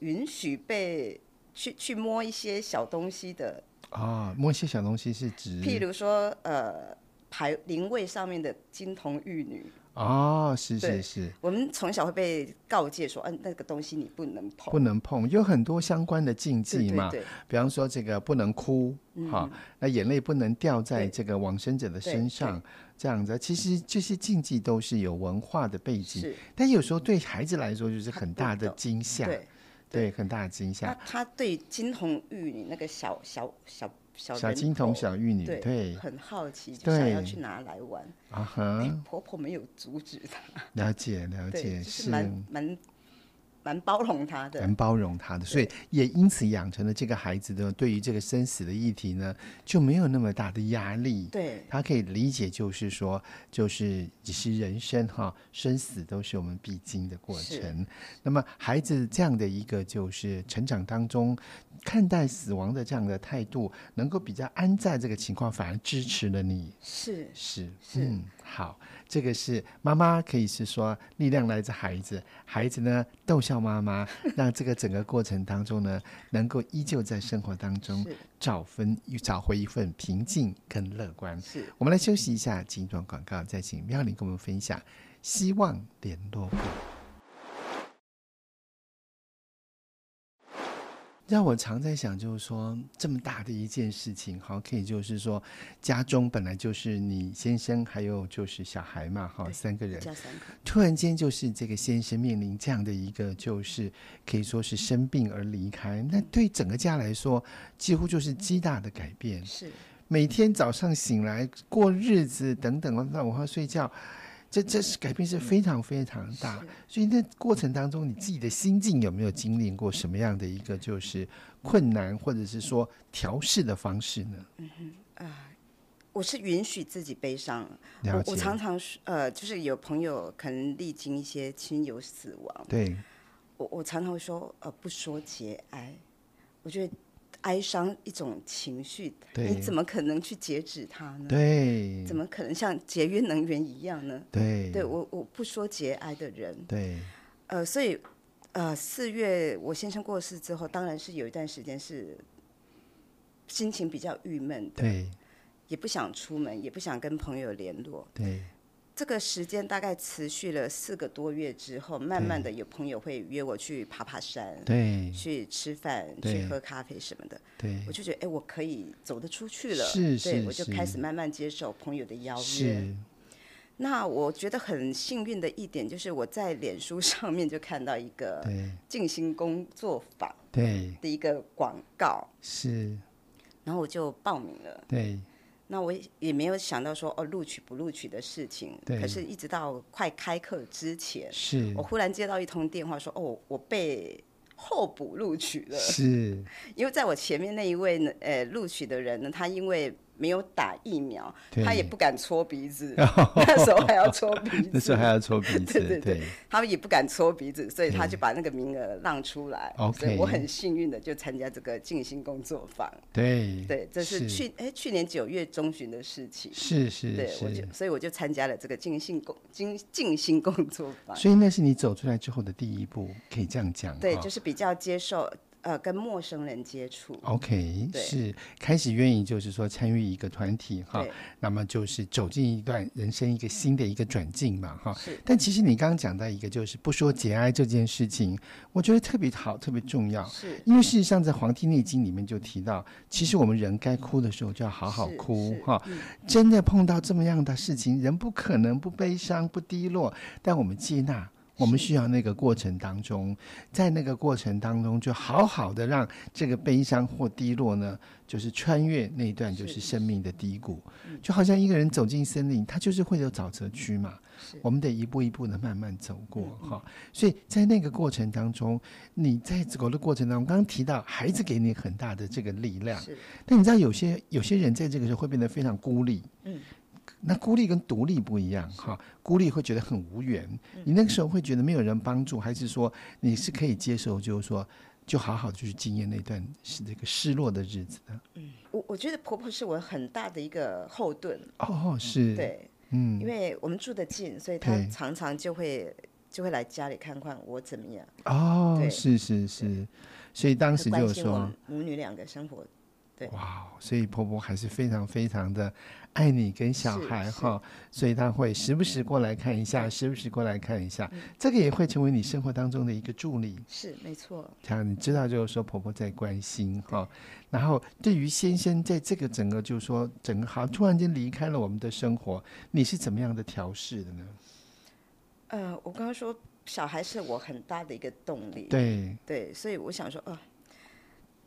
[SPEAKER 2] 允许被去去摸一些小东西的，
[SPEAKER 1] 啊，摸一些小东西是指，
[SPEAKER 2] 譬如说呃牌灵位上面的金童玉女。
[SPEAKER 1] 哦，是
[SPEAKER 2] 对
[SPEAKER 1] 是是，
[SPEAKER 2] 我们从小会被告诫说，嗯、那个东西你不能碰。
[SPEAKER 1] 不能碰，有很多相关的禁
[SPEAKER 2] 对
[SPEAKER 1] 忌
[SPEAKER 2] 对
[SPEAKER 1] 嘛。
[SPEAKER 2] 对，嗯
[SPEAKER 1] 比方说这个不能哭，哈、那眼泪不能掉在
[SPEAKER 2] 对
[SPEAKER 1] 这个往生者的
[SPEAKER 2] 对
[SPEAKER 1] 身上，这样子。其实这些禁忌都是有文化的背景，
[SPEAKER 2] 是，
[SPEAKER 1] 但有时候对孩子来说就是很大的
[SPEAKER 2] 他不懂
[SPEAKER 1] 惊吓，
[SPEAKER 2] 对。
[SPEAKER 1] 对，很大的惊
[SPEAKER 2] 那
[SPEAKER 1] 吓。
[SPEAKER 2] 他对金童玉女那个小小小小
[SPEAKER 1] 小
[SPEAKER 2] 人
[SPEAKER 1] 金童、
[SPEAKER 2] 头
[SPEAKER 1] 小玉女，
[SPEAKER 2] 对
[SPEAKER 1] 对，
[SPEAKER 2] 很好奇，就想要
[SPEAKER 1] 对
[SPEAKER 2] 去拿来玩。
[SPEAKER 1] 啊
[SPEAKER 2] 哎
[SPEAKER 1] 哈，
[SPEAKER 2] 婆婆没有阻止他，
[SPEAKER 1] 了解了
[SPEAKER 2] 对，
[SPEAKER 1] 解，
[SPEAKER 2] 就是蛮蛮蛮包容他的。
[SPEAKER 1] 能包容他的，所以也因此养成了这个孩子的对于这个生死的议题呢，就没有那么大的压力。
[SPEAKER 2] 对
[SPEAKER 1] 他可以理解，就是说，就是只是人生哈，生死都是我们必经的过程。那么，孩子这样的一个就是成长当中看待死亡的这样的态度，能够比较安在这个情况，反而支持了你。
[SPEAKER 2] 是
[SPEAKER 1] 是
[SPEAKER 2] 是
[SPEAKER 1] 嗯，好，这个是妈妈可以是说力量来自孩子，孩子呢逗笑妈妈，让这个整个过程当中呢，能够依旧在生活当中
[SPEAKER 2] 是
[SPEAKER 1] 找分找回一份平静跟乐观。
[SPEAKER 2] 是。
[SPEAKER 1] 我们来休息一下，进一段广告，再请妙玲跟我们分享希望联络部。让我常在想，就是说这么大的一件事情，好，可以就是说，家中本来就是你先生还有就是小孩嘛，哈，
[SPEAKER 2] 对
[SPEAKER 1] 三个
[SPEAKER 2] 一
[SPEAKER 1] 人，
[SPEAKER 2] 家三口，
[SPEAKER 1] 突然间就是这个先生面临这样的一个，就是可以说是生病而离开，那对整个家来说，几乎就是极大的改变。
[SPEAKER 2] 是
[SPEAKER 1] 每天早上醒来过日子等等，晚上睡觉，这这是改变是非常非常大
[SPEAKER 2] 嗯是。
[SPEAKER 1] 所以那过程当中，你自己的心境有没有经历过什么样的一个就是困难，或者是说调试的方式呢？
[SPEAKER 2] 我是允许自己悲伤。
[SPEAKER 1] 了
[SPEAKER 2] 我
[SPEAKER 1] 解，
[SPEAKER 2] 我常常说呃，就是有朋友可能历经一些亲友死亡，
[SPEAKER 1] 对，
[SPEAKER 2] 我我常常会说呃，不说节哀，我觉得哀伤一种情绪，
[SPEAKER 1] 对
[SPEAKER 2] 你怎么可能去截止它呢？
[SPEAKER 1] 对，
[SPEAKER 2] 怎么可能像节约能源一样呢？
[SPEAKER 1] 对，
[SPEAKER 2] 对我我不说节哀的人，
[SPEAKER 1] 对，
[SPEAKER 2] 呃，所以呃，四月我先生过世之后，当然是有一段时间是心情比较郁闷的，
[SPEAKER 1] 对，
[SPEAKER 2] 也不想出门，也不想跟朋友联络。
[SPEAKER 1] 对，
[SPEAKER 2] 这个时间大概持续了四个多月之后，慢慢的有朋友会约我去爬爬山，
[SPEAKER 1] 对，
[SPEAKER 2] 去吃饭，
[SPEAKER 1] 对
[SPEAKER 2] 去喝咖啡什么的，
[SPEAKER 1] 对
[SPEAKER 2] 我，就觉得哎，我可以走得出去了，
[SPEAKER 1] 是
[SPEAKER 2] 对
[SPEAKER 1] 是
[SPEAKER 2] 我就是开始慢慢接受朋友的邀约。
[SPEAKER 1] 是，
[SPEAKER 2] 那我觉得很幸运的一点就是我在脸书上面就看到一个
[SPEAKER 1] 对，
[SPEAKER 2] 进行工作坊
[SPEAKER 1] 对，
[SPEAKER 2] 的一个广告，
[SPEAKER 1] 是，
[SPEAKER 2] 然后我就报名了。
[SPEAKER 1] 对，
[SPEAKER 2] 那我也也没有想到说哦录取不录取的事情，
[SPEAKER 1] 对
[SPEAKER 2] 可是一直到快开课之前，
[SPEAKER 1] 是
[SPEAKER 2] 我，忽然接到一通电话说哦我被候补录取了，
[SPEAKER 1] 是，
[SPEAKER 2] 因为在我前面那一位呢，呃录取的人呢，他因为没有打疫苗，
[SPEAKER 1] 对
[SPEAKER 2] 他也不敢搓 鼻子，那时候还要搓鼻子，
[SPEAKER 1] 那时候还要搓鼻子，
[SPEAKER 2] 对对对他们也不敢搓鼻子，所以他就把那个名额让出来。
[SPEAKER 1] 嗯 OK
[SPEAKER 2] 所以我很幸运的就参加这个静心工作坊。
[SPEAKER 1] 对，
[SPEAKER 2] 对，这
[SPEAKER 1] 是
[SPEAKER 2] 是去哎、去年九月中旬的事情。
[SPEAKER 1] 是是
[SPEAKER 2] 对，我
[SPEAKER 1] 是
[SPEAKER 2] 就，所以我就参加了这个静心工静静心工作坊。
[SPEAKER 1] 所以那是你走出来之后的第一步，可以这样讲。
[SPEAKER 2] 对，
[SPEAKER 1] 哈
[SPEAKER 2] 就是比较接受呃跟陌生人接触。
[SPEAKER 1] 哦 OK，
[SPEAKER 2] 对
[SPEAKER 1] 是开始愿意就是说参与一个团体哈
[SPEAKER 2] 对，嗯
[SPEAKER 1] 那么就是走进一段人生一个新的一个转进嘛哈
[SPEAKER 2] 是。
[SPEAKER 1] 但其实你刚刚讲到一个就是不说节哀这件事情，我觉得特别好，特别重要。
[SPEAKER 2] 是
[SPEAKER 1] 因为事实上，在《黄帝内经》里面就提到，其实我们人该哭的时候就要好好
[SPEAKER 2] 是
[SPEAKER 1] 哭
[SPEAKER 2] 是嗯
[SPEAKER 1] 哈、真的碰到这么样的事情，人不可能不悲伤、不低落，但我们接纳，我们需要那个过程当中，在那个过程当中，就好好的让这个悲伤或低落呢，就是穿越那一段就是生命的低谷，就好像一个人走进森林，他就是会有沼泽区嘛，
[SPEAKER 2] 嗯
[SPEAKER 1] 我们得一步一步的慢慢走过哈、所以在那个过程当中，你在走的过程当中，刚刚提到孩子给你很大的这个力量，
[SPEAKER 2] 是
[SPEAKER 1] 但你知道有些有些人在这个时候会变得非常孤立，嗯，那孤立跟独立不一样哈，孤立会觉得很无缘，
[SPEAKER 2] 嗯
[SPEAKER 1] 你那个时候会觉得没有人帮助，还是说你是可以接受，就是说就好好地去经验那段是这个失落的日子的？
[SPEAKER 2] 我我觉得婆婆是我很大的一个后盾。
[SPEAKER 1] 哦，是，
[SPEAKER 2] 对，
[SPEAKER 1] 嗯，
[SPEAKER 2] 因为我们住得近，所以她
[SPEAKER 1] 对
[SPEAKER 2] 常常就会就会来家里看看我怎么样。
[SPEAKER 1] 哦，
[SPEAKER 2] 对
[SPEAKER 1] 是是是，所以当时就
[SPEAKER 2] 关
[SPEAKER 1] 有
[SPEAKER 2] 心我
[SPEAKER 1] 说
[SPEAKER 2] 们母女两个生活的对
[SPEAKER 1] 哇，所以婆婆还是非常非常的爱你跟小
[SPEAKER 2] 是
[SPEAKER 1] 孩
[SPEAKER 2] 是
[SPEAKER 1] 哈，所以她会时不时过来看一下，时不时过来看一下，
[SPEAKER 2] 嗯
[SPEAKER 1] 这个也会成为你生活当中的一个助力。
[SPEAKER 2] 是没错，
[SPEAKER 1] 这样你知道就是说婆婆在关心哈、然后对于先生在这个整个就是说整个好像突然间离开了我们的生活，你是怎么样的调试的呢？
[SPEAKER 2] 呃，我刚刚说小孩是我很大的一个动力，
[SPEAKER 1] 对，
[SPEAKER 2] 对，所以我想说，呃，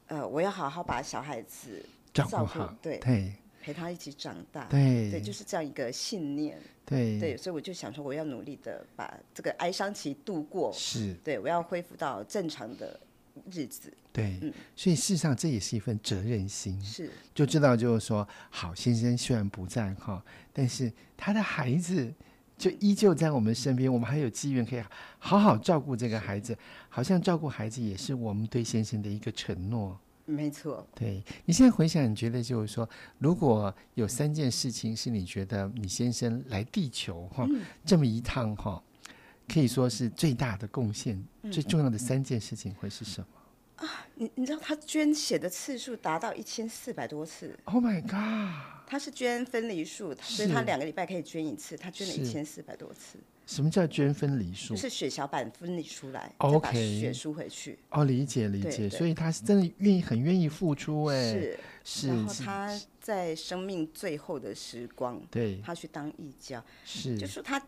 [SPEAKER 2] 呃，我要好好把小孩子
[SPEAKER 1] 照顾
[SPEAKER 2] 照顾
[SPEAKER 1] 好，
[SPEAKER 2] 对
[SPEAKER 1] 对
[SPEAKER 2] 陪他一起长大，
[SPEAKER 1] 对
[SPEAKER 2] 对，就是这样一个信念，
[SPEAKER 1] 对
[SPEAKER 2] 对，所以我就想说，我要努力的把这个哀伤期度过，
[SPEAKER 1] 是，
[SPEAKER 2] 对我要恢复到正常的日子，
[SPEAKER 1] 对，
[SPEAKER 2] 嗯
[SPEAKER 1] 所以事实上这也是一份责任心，
[SPEAKER 2] 是
[SPEAKER 1] 就知道就是说，好先生虽然不在哈，但是他的孩子就依旧在我们身边，我们还有机缘可以好好照顾这个孩子，好像照顾孩子也是我们对先生的一个承诺。
[SPEAKER 2] 没错，
[SPEAKER 1] 对你现在回想，你觉得就是说，如果有三件事情是你觉得你先生来地球哈、这么一趟哈、可以说是最大的贡献，最重要的三件事情会是什么
[SPEAKER 2] 你你知道他捐血的次数达到一千四百多次，
[SPEAKER 1] ？Oh my god！
[SPEAKER 2] 他是捐分离数，所以他两个礼拜可以捐一次，他捐了
[SPEAKER 1] 是
[SPEAKER 2] 一千四百多次，
[SPEAKER 1] 什么叫捐分离数
[SPEAKER 2] 就？是血小板分离出来，再
[SPEAKER 1] OK
[SPEAKER 2] 把血输回去，
[SPEAKER 1] 哦，理解理
[SPEAKER 2] 对
[SPEAKER 1] 解，
[SPEAKER 2] 对嗯
[SPEAKER 1] 所以他是真的愿意很愿意付出哎，
[SPEAKER 2] 是，
[SPEAKER 1] 是
[SPEAKER 2] 然后
[SPEAKER 1] 是
[SPEAKER 2] 他在生命最后的时光，
[SPEAKER 1] 对，
[SPEAKER 2] 他去当义教，就是说他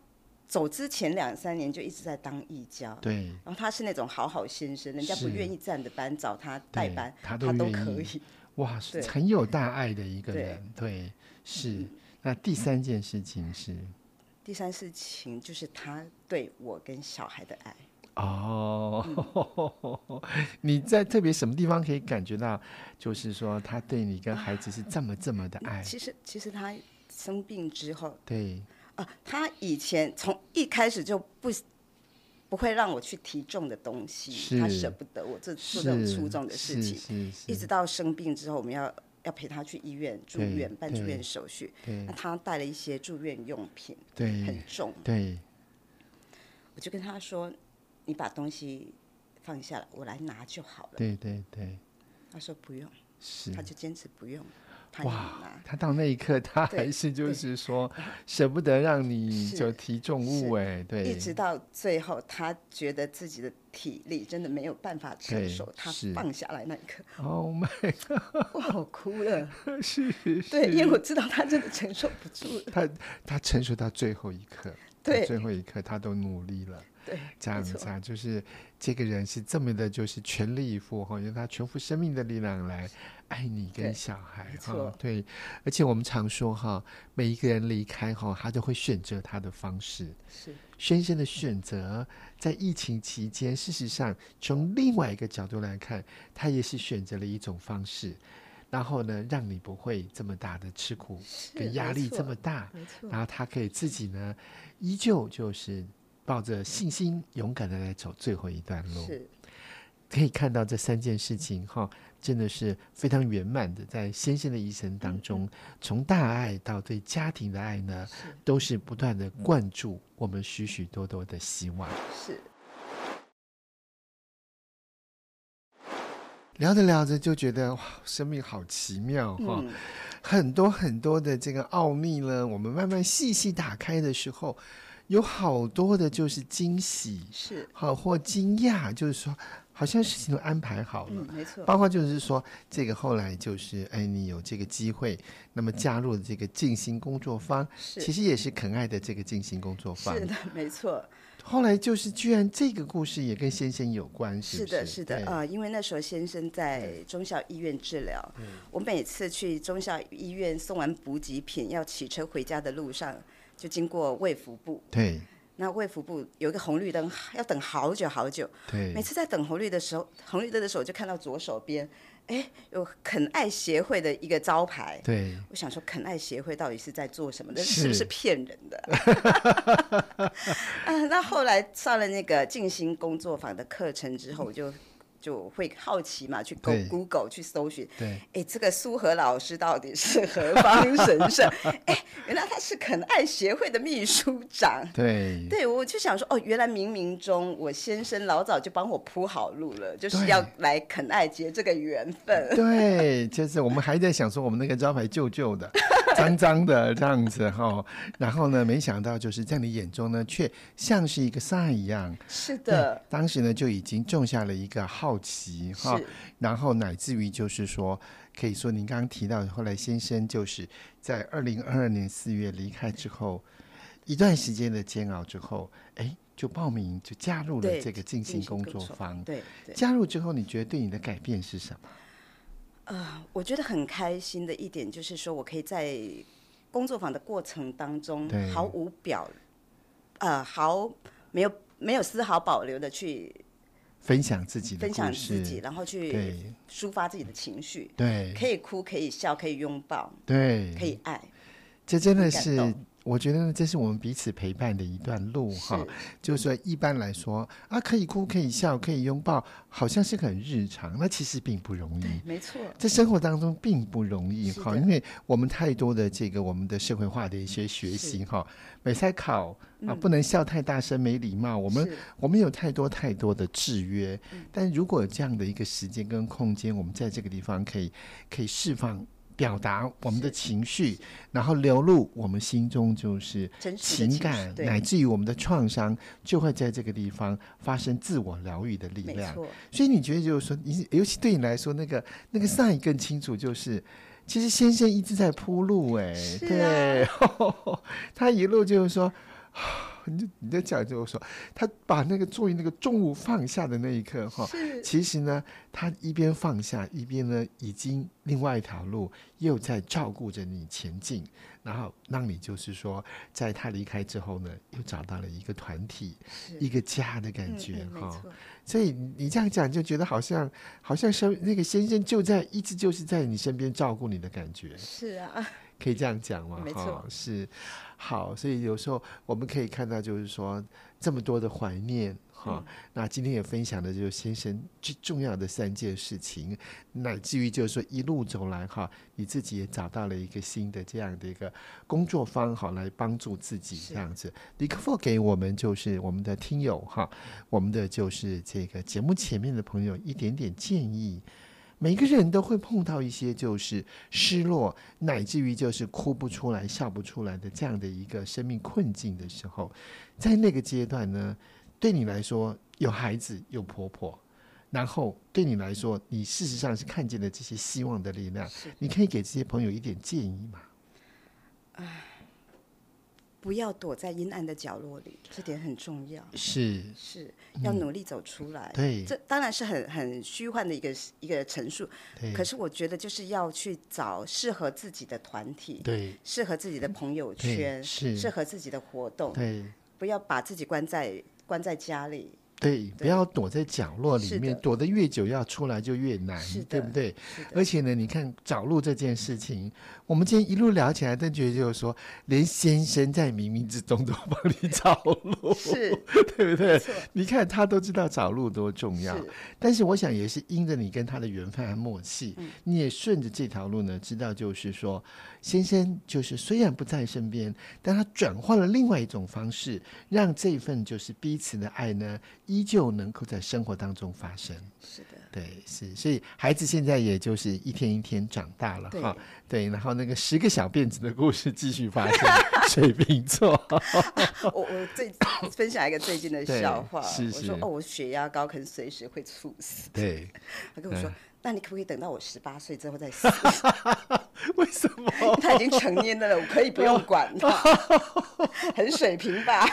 [SPEAKER 2] 走之前两三年就一直在当义教。
[SPEAKER 1] 对
[SPEAKER 2] 然后他是那种好好先生，人家不
[SPEAKER 1] 是
[SPEAKER 2] 愿意站的班找他代
[SPEAKER 1] 对
[SPEAKER 2] 班，
[SPEAKER 1] 他
[SPEAKER 2] 他
[SPEAKER 1] 都愿
[SPEAKER 2] 可
[SPEAKER 1] 意
[SPEAKER 2] 以。
[SPEAKER 1] 哇，是
[SPEAKER 2] 对
[SPEAKER 1] 很有大爱的一个
[SPEAKER 2] 对嗯
[SPEAKER 1] 人，对是。那第三件事情是
[SPEAKER 2] 第三事情就是他对我跟小孩的爱，嗯
[SPEAKER 1] 哦， 你在特别什么地方可以感觉到，就是说他对你跟孩子是这么这么的爱，
[SPEAKER 2] 其实其实他生病之后
[SPEAKER 1] 对
[SPEAKER 2] 啊、他以前从一开始就不不会让我去提重的东
[SPEAKER 1] 是
[SPEAKER 2] 西，他舍不得我做做这种
[SPEAKER 1] 是
[SPEAKER 2] 粗重的
[SPEAKER 1] 是
[SPEAKER 2] 事情，
[SPEAKER 1] 是是，
[SPEAKER 2] 一直到生病之后，我们要要陪他去医院住
[SPEAKER 1] 对
[SPEAKER 2] 院办住
[SPEAKER 1] 对
[SPEAKER 2] 院手续，
[SPEAKER 1] 对嗯
[SPEAKER 2] 那他带了一些住院用品，很
[SPEAKER 1] 对
[SPEAKER 2] 重，
[SPEAKER 1] 对
[SPEAKER 2] 我就跟他说：“你把东西放下来，我来拿就好了。
[SPEAKER 1] 对对对，”
[SPEAKER 2] 他说不用，
[SPEAKER 1] 是
[SPEAKER 2] 他。就坚持不用，他要
[SPEAKER 1] 哇
[SPEAKER 2] 拿。，
[SPEAKER 1] 他到那一刻，他
[SPEAKER 2] 对嗯
[SPEAKER 1] 还是就是说，舍不得让你
[SPEAKER 2] 是
[SPEAKER 1] 就提重物，哎，对
[SPEAKER 2] 一，直到最后，他觉得自己的体力真的没有办法承
[SPEAKER 1] 对
[SPEAKER 2] 受，他
[SPEAKER 1] 是
[SPEAKER 2] 放下来那一刻，
[SPEAKER 1] 哦，
[SPEAKER 2] 哇，我哭了。
[SPEAKER 1] 是，
[SPEAKER 2] 对，因为我知道他真的承受不住了。
[SPEAKER 1] 他他成熟到最后一刻，到
[SPEAKER 2] 对
[SPEAKER 1] 最后一刻他都努力了。
[SPEAKER 2] 对，
[SPEAKER 1] 这样
[SPEAKER 2] 没
[SPEAKER 1] 子
[SPEAKER 2] 错，
[SPEAKER 1] 啊，就是这个人是这么的，就是全力以赴哈，用他全副生命的力量来爱你跟
[SPEAKER 2] 对
[SPEAKER 1] 小孩哈
[SPEAKER 2] 没错。
[SPEAKER 1] 对，而且我们常说哈，每一个人离开哈，他都会选择他的方式。
[SPEAKER 2] 是
[SPEAKER 1] 先生的选择，在疫情期间，事实上从另外一个角度来看，他也是选择了一种方式，然后呢，让你不会这么大的吃苦
[SPEAKER 2] 是
[SPEAKER 1] 跟压
[SPEAKER 2] 没
[SPEAKER 1] 力
[SPEAKER 2] 错
[SPEAKER 1] 这么大，
[SPEAKER 2] 没错，
[SPEAKER 1] 然后他可以自己呢，依旧就是抱着信心，勇敢的来走最后一段路。
[SPEAKER 2] 是
[SPEAKER 1] 可以看到这三件事情哈、真的是非常圆满的，在先生的一生当
[SPEAKER 2] 嗯
[SPEAKER 1] 中，从大爱到对家庭的爱呢，都是不断的灌注我们许许多多的希望。
[SPEAKER 2] 是，
[SPEAKER 1] 聊着聊着就觉得哇，生命好奇妙哈、
[SPEAKER 2] 嗯，
[SPEAKER 1] 很多很多的这个奥秘呢，我们慢慢细细打开的时候，有好多的就是惊喜，
[SPEAKER 2] 是，
[SPEAKER 1] 好或惊讶，就是说好像事情都安排好了。
[SPEAKER 2] 嗯，没错，
[SPEAKER 1] 包括就是说，这个后来就是，哎，你有这个机会，那么加入这个静心工作坊，
[SPEAKER 2] 是
[SPEAKER 1] 其实也是肯爱的这个静心工作坊
[SPEAKER 2] 是。的，没错。
[SPEAKER 1] 后来就是，居然这个故事也跟先生有关，
[SPEAKER 2] 是
[SPEAKER 1] 不是
[SPEAKER 2] 的，是的
[SPEAKER 1] 对，
[SPEAKER 2] 呃，因为那时候先生在中校医院治疗，
[SPEAKER 1] 嗯
[SPEAKER 2] 我每次去中校医院送完补给品，要骑车回家的路上，就经过卫福部。
[SPEAKER 1] 对
[SPEAKER 2] 那卫福部有一个红绿灯，要等好久好久。每
[SPEAKER 1] 对
[SPEAKER 2] 次在等红绿的时候，红绿灯的时候，我就看到左手边，哎，有肯爱协会的一个招牌。
[SPEAKER 1] 对，
[SPEAKER 2] 我想说，肯爱协会到底是在做什么的？是不
[SPEAKER 1] 是
[SPEAKER 2] 是骗人 的？ 啊，那后来上了那个静心工作坊的课程之后，我就就会好奇嘛，去 Go
[SPEAKER 1] 对
[SPEAKER 2] Google 去搜寻，
[SPEAKER 1] 对，
[SPEAKER 2] 哎，这个苏和老师到底是何方神 圣？哎，原来他是肯爱协会的秘书长。
[SPEAKER 1] 对，
[SPEAKER 2] 对，我就想说，哦，原来冥冥中我先生老早就帮我铺好路了，就是
[SPEAKER 1] 对嗯
[SPEAKER 2] 要来肯爱结这个缘分。
[SPEAKER 1] 对，就是我们还在想说，我们那个招牌旧旧 的、脏脏的这样子哈、然后呢，没想到就是在你眼中呢，却像是一个 sign 一样。
[SPEAKER 2] 是
[SPEAKER 1] 对
[SPEAKER 2] 的，，
[SPEAKER 1] 当时呢就已经种下了一个好奇
[SPEAKER 2] 是
[SPEAKER 1] 哈，然后乃至于就是说，可以说您刚刚提到，后来先生就是在二零二二年四月离开之后，一段时间的煎熬之后，哎，就报名就加入了
[SPEAKER 2] 对
[SPEAKER 1] 这个进行工作坊。
[SPEAKER 2] 对对。
[SPEAKER 1] 加入之后，你觉得对你的改变是什么？
[SPEAKER 2] 我觉得很开心的一点就是说，我可以在工作坊的过程当中
[SPEAKER 1] 对
[SPEAKER 2] 毫无表，呃，毫没有没有丝毫保留的去
[SPEAKER 1] 分享自己的
[SPEAKER 2] 分
[SPEAKER 1] 故
[SPEAKER 2] 享自己，
[SPEAKER 1] 事，
[SPEAKER 2] 然后去
[SPEAKER 1] 对
[SPEAKER 2] 抒发自己的情绪，
[SPEAKER 1] 对
[SPEAKER 2] 可以哭，可以笑，可以拥抱，
[SPEAKER 1] 对，
[SPEAKER 2] 可以爱，
[SPEAKER 1] 这真的
[SPEAKER 2] 很感
[SPEAKER 1] 是
[SPEAKER 2] 动，
[SPEAKER 1] 我觉得这是我们彼此陪伴的一段路哈。就是说，一般来说啊，可以哭，可以笑，可以拥抱，好像是个很日常，那其实并不容易
[SPEAKER 2] 对。，没错，
[SPEAKER 1] 在生活当中并不容易
[SPEAKER 2] 是
[SPEAKER 1] 哈，
[SPEAKER 2] 的
[SPEAKER 1] 因为我们太多的这个我们的社会化的一些
[SPEAKER 2] 嗯
[SPEAKER 1] 学习哈，美赛考啊，不能笑太大声，没礼貌。我们
[SPEAKER 2] 是嗯
[SPEAKER 1] 我们有太多太多的制约，但如果有这样的一个时间跟空间，我们在这个地方可以可以释放。表达我们的情绪，然后流入我们心中就是
[SPEAKER 2] 真实的
[SPEAKER 1] 情
[SPEAKER 2] 情
[SPEAKER 1] 感，
[SPEAKER 2] 绪
[SPEAKER 1] 乃
[SPEAKER 2] 对，
[SPEAKER 1] 至于我们的创伤，就会在这个地方发生自我疗愈的力
[SPEAKER 2] 没
[SPEAKER 1] 量。
[SPEAKER 2] 错，
[SPEAKER 1] 所以你觉得就是说，你尤其对你来说，那个那个上一更清楚，就是其实先生一直在铺路、哎、
[SPEAKER 2] 是啊
[SPEAKER 1] 对， 他一路就是说， 啊你就你在讲就是说，他把那个终于那个重物放下的那一刻，哈，
[SPEAKER 2] 是
[SPEAKER 1] 其实呢，他一边放下，一边呢已经另外一条路又在照顾着你前进，然后让你就是说，在他离开之后呢，又找到了一个团体，
[SPEAKER 2] 是
[SPEAKER 1] 一个家的感
[SPEAKER 2] 嗯
[SPEAKER 1] 觉，
[SPEAKER 2] 嗯没
[SPEAKER 1] 哈、
[SPEAKER 2] 错，
[SPEAKER 1] 所以你这样讲，就觉得好像好像生那个先生就在一直就是在你身边照顾你的感觉，
[SPEAKER 2] 是啊，
[SPEAKER 1] 可以这样讲吗？
[SPEAKER 2] 没
[SPEAKER 1] 哈
[SPEAKER 2] 错
[SPEAKER 1] 是好。所以有时候我们可以看到，就是说这么多的怀念
[SPEAKER 2] 嗯
[SPEAKER 1] 哈。那今天也分享的就是先生最重要的三件事情，乃至于就是说一路走来哈，你自己也找到了一个新的这样的一个工作方好来帮助自己
[SPEAKER 2] 是
[SPEAKER 1] 这样子。李克富给我们就是我们的听友哈，我们的就是这个节目前面的朋友一点点建议。每个人都会碰到一些就是失落，乃至于就是哭不出来、笑不出来的这样的一个生命困境的时候，在那个阶段呢，对你来说有孩子有婆婆，然后对你来说，你事实上是看见了这些希望的力量
[SPEAKER 2] 是。
[SPEAKER 1] 你可以给这些朋友一点建议吗？
[SPEAKER 2] 不要躲在阴暗的角落里，这点很重要。
[SPEAKER 1] 是，
[SPEAKER 2] 是要努力走出来。
[SPEAKER 1] 嗯对
[SPEAKER 2] 这当然是很很虚幻的一个一个陈述，
[SPEAKER 1] 对，
[SPEAKER 2] 可是我觉得就是要去找适合自己的团体，
[SPEAKER 1] 对，
[SPEAKER 2] 适合自己的朋友
[SPEAKER 1] 嗯对
[SPEAKER 2] 圈，
[SPEAKER 1] 是
[SPEAKER 2] 适合自己的活动，
[SPEAKER 1] 对。
[SPEAKER 2] 不要把自己关在关在家 里。
[SPEAKER 1] 对，不要躲在角落里
[SPEAKER 2] 是
[SPEAKER 1] 面，
[SPEAKER 2] 的
[SPEAKER 1] 躲得越久要出来就越难
[SPEAKER 2] 是，
[SPEAKER 1] 对
[SPEAKER 2] 的
[SPEAKER 1] 不对
[SPEAKER 2] 是的？
[SPEAKER 1] 而且呢，你看找路这件事情，我们今天一路聊起来，都觉得就是说，连先生在冥冥之中都帮你找路，
[SPEAKER 2] 是，
[SPEAKER 1] 对不
[SPEAKER 2] 没
[SPEAKER 1] 对？
[SPEAKER 2] 错，
[SPEAKER 1] 你看他都知道找路多重要，
[SPEAKER 2] 是
[SPEAKER 1] 但是我想也是因着你跟他的缘分和默契，你也顺着这条路呢，知道就是说，先生就是虽然不在身边，但他转换了另外一种方式，让这份就是彼此的爱呢，依旧能够在生活当中发生。
[SPEAKER 2] 是的，
[SPEAKER 1] 对，是，所以孩子现在也就是一天一天长大了
[SPEAKER 2] 对
[SPEAKER 1] 哈。对，然后那个十个小辫子的故事继续发生，水瓶 座，
[SPEAKER 2] 我我最 分享一个最近的
[SPEAKER 1] 对
[SPEAKER 2] 笑话，
[SPEAKER 1] 是
[SPEAKER 2] 我
[SPEAKER 1] 是
[SPEAKER 2] 说哦，我血压高，可能随时会猝死。
[SPEAKER 1] 对，
[SPEAKER 2] 他跟我说，那你可不可以等到我十八岁之后再 死？
[SPEAKER 1] 为什么？
[SPEAKER 2] 他已经成年了，我可以不用管 他，很水平吧？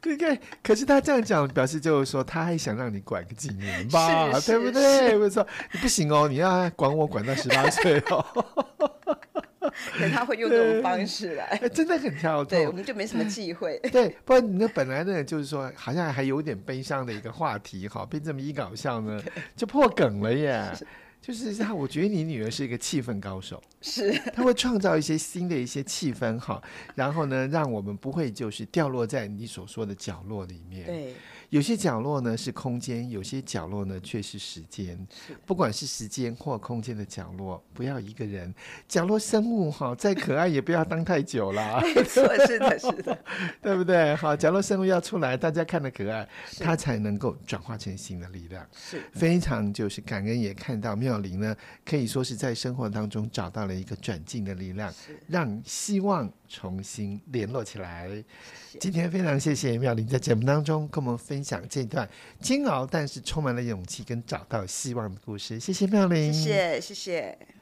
[SPEAKER 1] 对对，可是他这样讲，表示就是说他还想让你管个几年吧，
[SPEAKER 2] 是是
[SPEAKER 1] 对不对？我说你不行哦，你要管我管到十八岁 哦，
[SPEAKER 2] 可能他会用这种方式来。
[SPEAKER 1] 哎真的很跳
[SPEAKER 2] 对，我
[SPEAKER 1] 脱。
[SPEAKER 2] 们就没什么忌讳。
[SPEAKER 1] 对，不然你那本来呢，就是说好像还有点悲伤的一个话题哈，被这么一搞笑 呢，就破梗了耶。就是让我觉得你女儿是一个气氛高手，
[SPEAKER 2] 是
[SPEAKER 1] 她会创造一些新的一些气氛哈，然后呢，让我们不会就是掉落在你所说的角落里面。
[SPEAKER 2] 对，
[SPEAKER 1] 有些角落呢是空间，有些角落呢却是时间。不管是时间或空间的角落，不要一个人。角落生物哈，再可爱也不要当太久啦，
[SPEAKER 2] 没错，是的，是 的，
[SPEAKER 1] 对不对？好，角落生物要出来，大家看的可爱，
[SPEAKER 2] 是
[SPEAKER 1] 它才能够转化成新的力量。
[SPEAKER 2] 是
[SPEAKER 1] 非常就是感恩，也看到妙龄呢，可以说是在生活当中找到了一个转进的力量，让希望重新联络起来。今天非常谢谢妙龄在节目当中跟我们分享这段煎熬但是充满了勇气跟找到希望的故事，谢谢妙龄，
[SPEAKER 2] 谢谢，谢谢。